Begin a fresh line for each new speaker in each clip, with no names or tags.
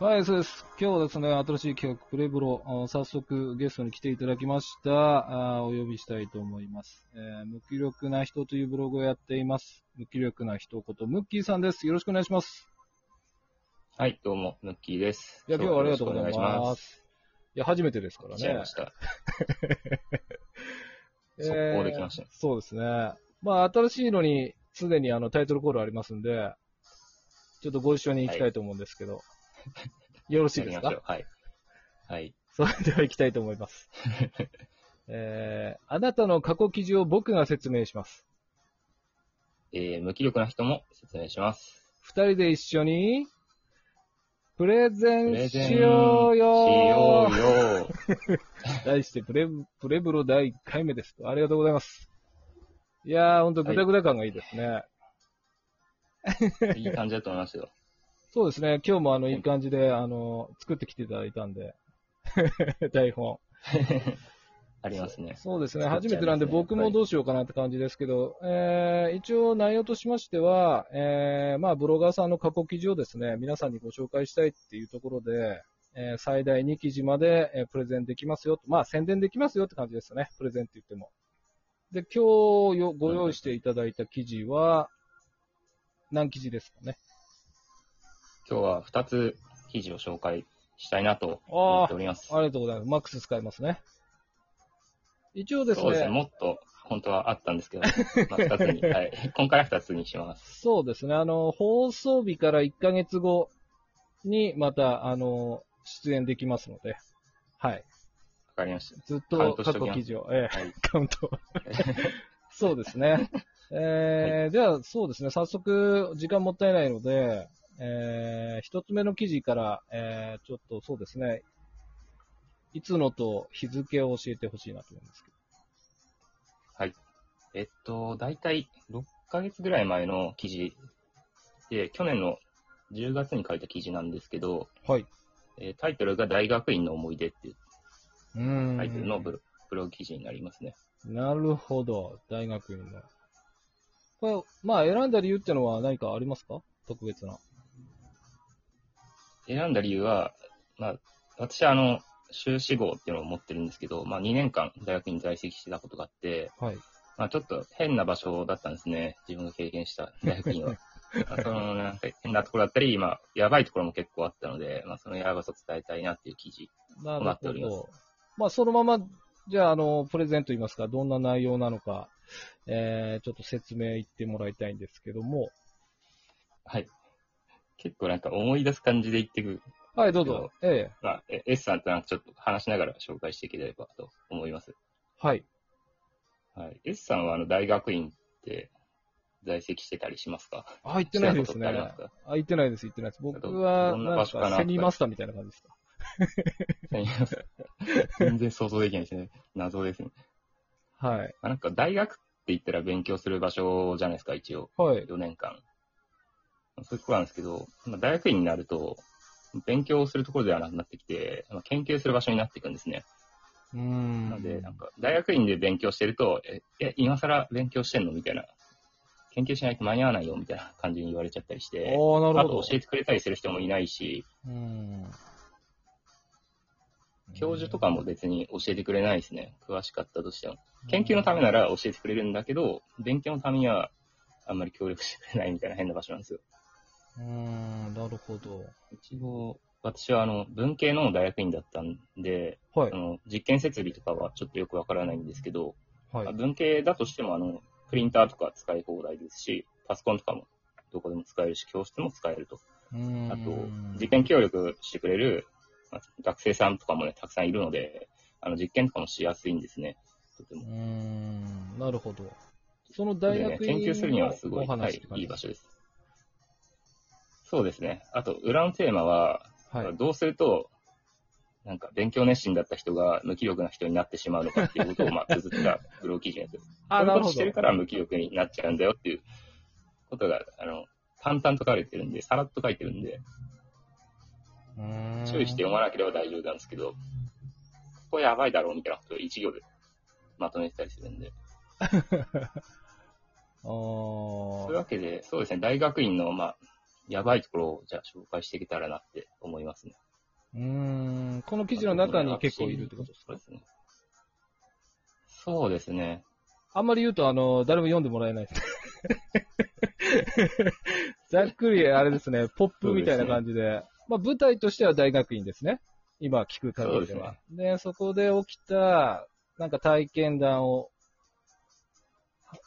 はい、そうです。今日はですね、新しい企画、プレブロ、あ早速ゲストに来ていただきました。あお呼びしたいと思います、えー無気力な人というブログをやっています。無気力な人こと、ムッキーさんです。よろしくお願いします。
はい、どうも、ムッキーです。
いや、今日はありがとうござい
よろしくお願
ま
いし
す。いや、初めてですから
ま
ね。
す。来ちゃいました。
えー
速攻できましたね
そうですね。まあ、新しいのに、すでにあのタイトルコールありますんで、ちょっとご一緒に行きたいと思うんですけど、よろしいです
や
か
りましょうはい。はい。
それでは行きたいと思い ます。えー、あなたの過去記事を僕が説明します。
えー、無気力な人も説明します。
二人で一緒に、プレゼ
プ
ン
レゼン
しようよ
しようよ
題してプレ、プレブロ第1回目です。ありがとうございます。いやー、ほんとグダグダ感がいいですね。
いい感じだと思いますよ。
そうですね。今日もあの、いい感じで、あの、作ってきていただいたんで。 台本。
ありますね。
そうですね。
作っちゃ
初
いますね
めてなんで、僕もどうしようかなって感じですけど、えー、一応内容としましては、えー、まあ、ブロガーさんの過去記事をですね、皆さんにご紹介したいっていうところで、えー、最大2記事まで、えープレゼンできますよと。まあ、宣伝できますよって感じですよね。プレゼンって言っても。で、今日よご用意していただいた記事は、何記事ですかね。
今日は2つ記事を紹介したいなと思
あ
っております。
ありがとうございます。マックス使いますね。一応です
そうですね、
ね、
もっと本当はあったんですけど、まあ、2つに、 はい。今回は2つにします。
そうですね、あの、放送日から1ヶ月後にまた、あの、出演できますので、はい。
わかりました。
ずっ
カウ
と
ントし
過
とき
去
ます
記事を、ええ、
はい。
カウント。そうですね。えー、では、そうですね、早速、時間もったいないので、えー、一つ目の記事から、えー、ちょっとそうですね、いつのと日付を教えてほしいなと思うんですけど。
はい。えっと、だいたい6ヶ月ぐらい前の記事で、去年の10月に書いた記事なんですけど、
はい。
えータイトルが大学院の思い出っていう
うーん
タイトルのブロブログ記事になりますね。
なるほど、大学院の。これ、まあ、選んだ理由ってのは何かありますか特別な。
選んだ理由は、まあ、私はあの、修士号っていうのを持ってるんですけど、まあ2年間大学に在籍してたことがあって、
はい。
まあちょっと変な場所だったんですね。自分が経験した大 学院は。まあそのなんか変なところだったり、まあやばいところも結構あったので、まあそのやばさを伝えたいなっていう記事
な
待っており
るほ
ま
ど。まあ、そのまま、じゃあ、あの、プレゼント言いますか、どんな内容なのか、えー、ちょっと説明言ってもらいたいんですけども。
はい。結構なんか思い出す感じで言ってく、
はい、どう
いい
ぞ
よ。
ええ
まあ、え S さんとなんかちょっと話しながら紹介していければと思います。
はい。
はい。S さんはあの大学院って在籍してたりしますか
あ、言ってないです
して
ね。
たことってあり
あ
ますか、
言ってないです、言ってないです。僕
ど
は、
んな
なん
場所かな
か、セミマスターみたいな感じですか。
全然想像できないですね。謎ですね。
はい。
まあ、なんか大学って言ったら勉強する場所じゃないですか、一応。
はい。
4年間。まあそういうところなんですけど、まあ、大学院になると、勉強するところではなくなってきて、まあ、研究する場所になっていくんですね。
うーん。
なので、なんか、大学院で勉強してると、え、え今更勉強してんのみたいな。研究しないと間に合わないよ、みたいな感じに言われちゃったりし
あ
て。
ー、な
あ
るほ
と
ど。
教えてくれたりする人もいないし、
うん。
教授とかも別に教えてくれないですね。詳しかったとしても。研究のためなら教えてくれるんだけど、勉強のためにはあんまり協力してくれないみたいな変な場所なんですよ。
うーん、なるほど。
一応、私はあの、文系の大学院だったんで、
はい
あ。の、実験設備とかはちょっとよくわからないんですけど、
はい。
文系だとしても、あの、プリンターとか使い放題ですし、パソコンとかもどこでも使えるし、教室も使えると。あ
あ
と、実験協力してくれるまあ学生さんとかもね、たくさんいるので、あの、実験とかもしやすいんですね。とて
うー
も。
ん、なるほど。その大
でね、
学院
研究するにはすごい、
のお
は
話っ
い
て感、じ
いい場所です。そうですね。あと、裏のテーマは、
はい。
どうすると、なんか、勉強熱心だった人が無気力な人になってしまうのかっていうことを、まあ、綴ったブロー記事です。
あ、
こ
なる
ういうこと
ほ
して
ど
る。から無気力になっちゃうんだよっていうことが、あの、淡々と書かれてるんで、さらっと書いてるんで、
うーん
注意して読まなければ大丈夫なんですけど、ここやばいだろうみたいなことを一行でまとめてたりするんで。
あ
そういう
ー
わけで、そうですね、大学院の、まあ、やばいところを、じゃあ紹介していけたらなって思いますね。
うーん、この記事の中に結構いるってことです
そう
か
ですね。そうですね。
あんまり言うと、あの、誰も読んでもらえない。ざっくり、あれですね、ポップみたいな感じで。まあ、舞台としては大学院ですね。今聞く限りでは。でそこで起きた、なんか体験談を、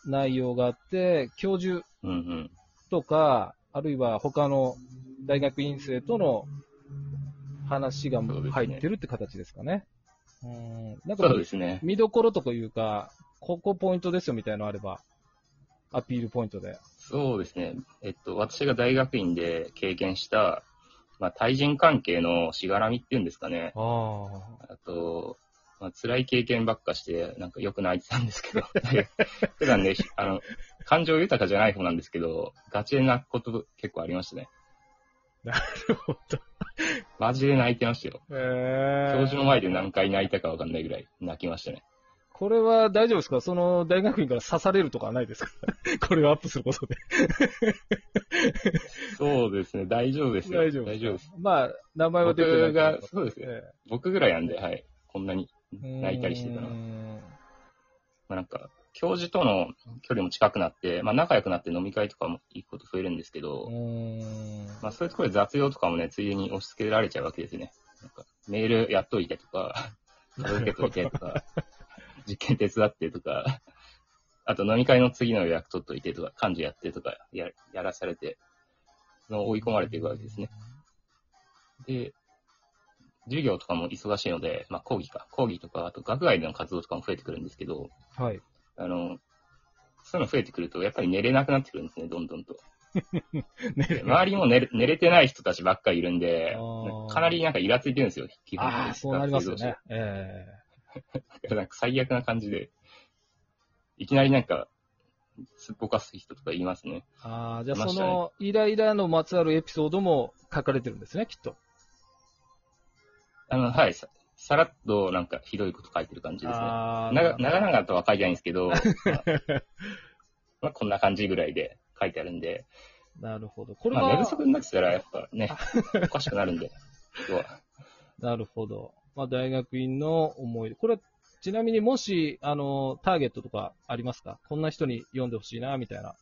内容があって、教授
うんうん。
とか、あるいは他の大学院生との話が入ってるって形ですかね。うん。なんか
そうですね。
見どころとかいうか、ここポイントですよみたいなのあれば、アピールポイントで。
そうですね。えっと、私が大学院で経験した、まあ、対人関係のしがらみっていうんですかね。
あ
あと、まあ、辛い経験ばっかして、なんか良くないってたんですけど、 普段ね、ひあの、感情豊かじゃない方なんですけど、ガチで泣くこと結構ありましたね。
あ。
マジで泣いてましたよ。
え
教授の前で何回泣いたかわかんないぐらい泣きましたね。
これは大丈夫ですかその大学院から刺されるとかはないですか これをアップすることで。
そうですね、大丈夫ですよ。
大丈夫
大丈夫です。。
まあ、名前は出てない
僕
けど
が、そうですね。
え
僕ぐらいなんで、はい。こんなに
え
泣いたりしてたの
うー
は。
ん
まあ、なんか、教授との距離も近くなって、まあ、仲良くなって飲み会とかも行くこと増えるんですけど、
うーん
まあ、そういうところで雑用とかもね、ついでに押し付けられちゃうわけですよね。なんかメールやっといてとか、片付けといてとか、実験手伝ってとか、あと飲み会の次の予約取っといてとか、幹事やってとかや、やらされて、その追い込まれていくわけですね。で、授業とかも忙しいので、まあ、講義か。講義とか、あと学外での活動とかも増えてくるんですけど、
はい。
あの、そういうの増えてくると、やっぱり寝れなくなってくるんですね、どんどんと。
ね
で周りにも寝れ 寝れてない人たちばっかりいるんで
あー、
かなりなんかイラついてるんですよ、基本的に
ああ、そうなりますよね。え
学生同士でなんか最悪な感じで、いきなりなんか、すっぽかす人とかいますね。
えああ、じゃあ
いま
そ
したね
のイライラのまつわるエピソードも書かれてるんですね、きっと。
あの、はい、ささらっとなんかひどいこと書いてる感じですね。
ああ、
長長々とは書いてないんで すけど、まあまあこんな感じぐらいで書いてあるんで、
なるほど。これ
ま
は、
あ寝不足になってたらやっぱ ね、おかしくなるんで、要は
なるほど。まあ、大学院の思い出。これ、ちなみにもし、あの、ターゲットとかありますかこんな人に読んでほしいな、みたいな。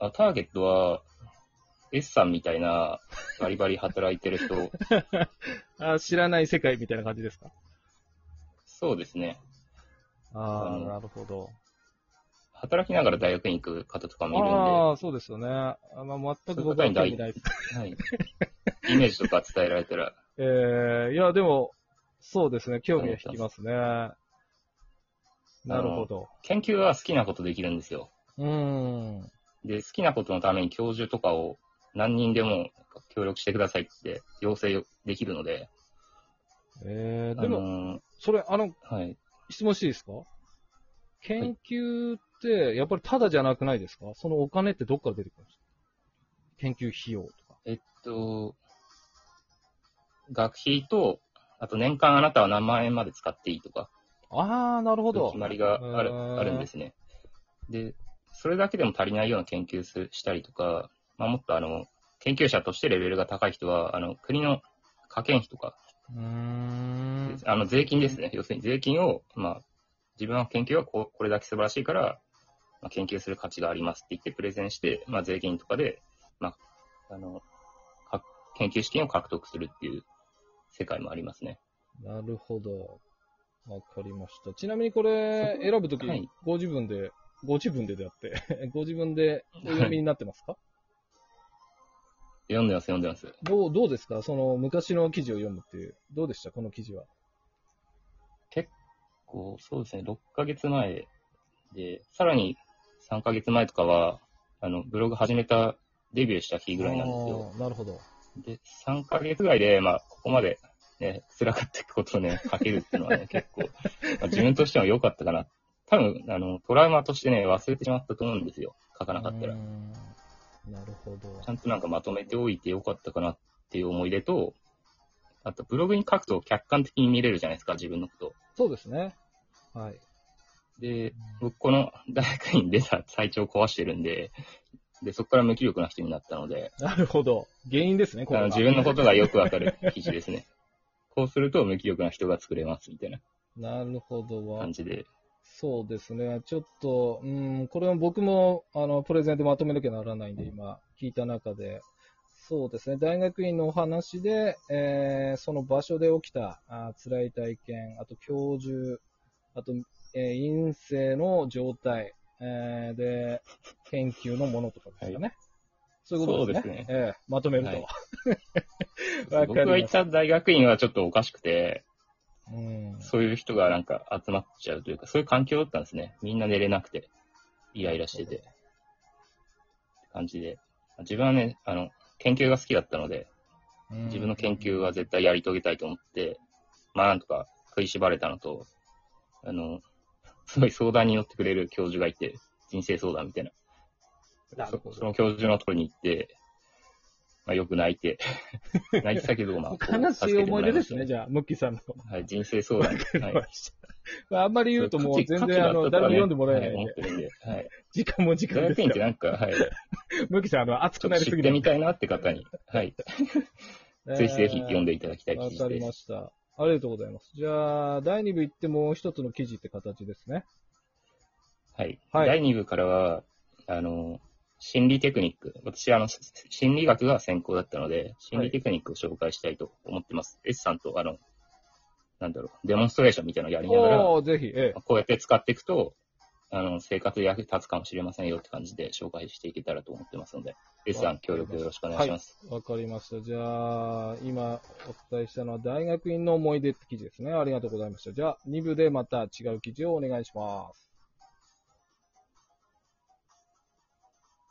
あターゲットは、S さんみたいな、バリバリ働いてる 人、
あ知らない世界みたいな感じですか
そうですね。
ああ、
うん
なるほど。
働きながら大学院行く方とかもいるんで、
ああ、そうですよね。あまあ、全く僕は興味ないです。
はい、イメージとか伝えられたら、
えー、いや、でも、そうですね。興味が引きますね。なるほど。
研究は好きなことできるんですよ。
うーん。
で、好きなことのために教授とかを何人でも協力してくださいって要請できるので、
えー、
あ
でも、
の
それ、あの、
ーはい。
質問していいですか研究って、やっぱりただじゃなくないですかそのお金ってどっから出てくるんですか研究費用とか。
えっと、学費と、あと年間あなたは何万円まで使っていいとか、
ああ、なるほど。
決まりがある
うーん
あるんですね。で、それだけでも足りないような研究すしたりとか、まあ、もっとあの研究者としてレベルが高い人は、あの国の科研費とか、
うーん。
あの税金ですね、要するに税金を、まあ、自分の研究はこうこれだけ素晴らしいから、まあ、研究する価値がありますって言ってプレゼンして、まあ、税金とかで、まあ、あのか研究資金を獲得するっていう世界もありますね。
なるほど。わかりました。ちなみにこれ、選ぶとき
はい、
ご自分で、ご自分でであって、 ご自分でお読みになってますか
読んでます、読んでます。
どう、どうですかその昔の記事を読むっていう。どうでしたこの記事は。
こう、そうですね、6ヶ月前で、さらに3ヶ月前とかは、あの、ブログ始めた、デビューした日ぐらいなんですよ。
あーなるほど。
で、3ヶ月ぐらいで、まあ、ここまで、ね、辛かったことをね、 書けるっていうのはね、結構、まあ自分としては良かったかな。多分、あの、トラウマとしてね、忘れてしまったと思うんですよ。書かなかったら
うー。んなるほど。
ちゃんとなんかまとめておいてよかったかなっていう思い出と、あと、ブログに書くと客観的に見れるじゃないですか、自分のこと。
そうですね。はい。
で、僕この大学院出た最長壊してるんで、で、そこから無気力な人になったので、
なるほど。原因ですね、こ
あ
れ
の
が
自分のことがよくわかる記事ですね。こうすると無気力な人が作れます、みたいな
なるほどわ
感。じで。
そうですね。ちょっと、うん、これは僕も、あの、プレゼンでまとめなきゃならないんで、今、聞いた中で。そうですね。大学院のお話で、えーその場所で起きた、あー辛い体験、あと教授、あと、えー陰性の状態、えーで、研究のものとかですかね。そういうことですね。
そうです
ええまとめると。
はい
わかりまし
僕
た
が行った大学院はちょっとおかしくて、
うん。
そういう人がなんか集まっちゃうというか、そういう環境だったんですね。みんな寝れなくて、イライラしてて、って感じで。自分はね、あの、研究が好きだったので、
うん
自分の研究は絶対やり遂げたいと思って、まあなんとか食いしばれたのと、あの、 すごい相談に乗ってくれる教授がいて、人生相談みたいな。
なるほ
そ
ど
その教授のところに行って、まあ、よく泣いて、 泣いてたけど、まあ、こ う
悲しい思い出ですね、
助けてもらまし
じゃあ、ムッキーさんの。
たはい、人生 相談。はい
まああんまり言うともう全然あの、誰も読んでもらえないん
思っ
で、
てるんで、はい。
時間も時間で
大学
す
院っ
か
て
ら。
なんか、 はい、
ムッキーさん、あの、熱
ち
く
ょっ
なり
と
す
知っ
ぎ
てみたいなって方に、はい、
た
ぜひぜひ読んでいただきたい
わ
記
か
事
り
で。
ますした。ありがとうございます。じゃあ、第2部行ってもう一つの記事って形ですね。
はい。
はい
第2部からは、あの、心理テクニック。私、あの、心理学が専攻だったので、心理テクニックを紹介したいと思ってます。S さんと、あの、なんだろう、デモンストレーションみたいなのやりながら、
おー、ぜひ、ええ。
こうやって使っていくと、あの、生活で役立つかもしれませんよって感じで紹介していけたらと思ってますので、S さん協力よろしくお願いします。
わかりました。じゃあ、今お伝えしたのは大学院の思い出って記事ですね。ありがとうございました。じゃあ、2部でまた違う記事をお願いします。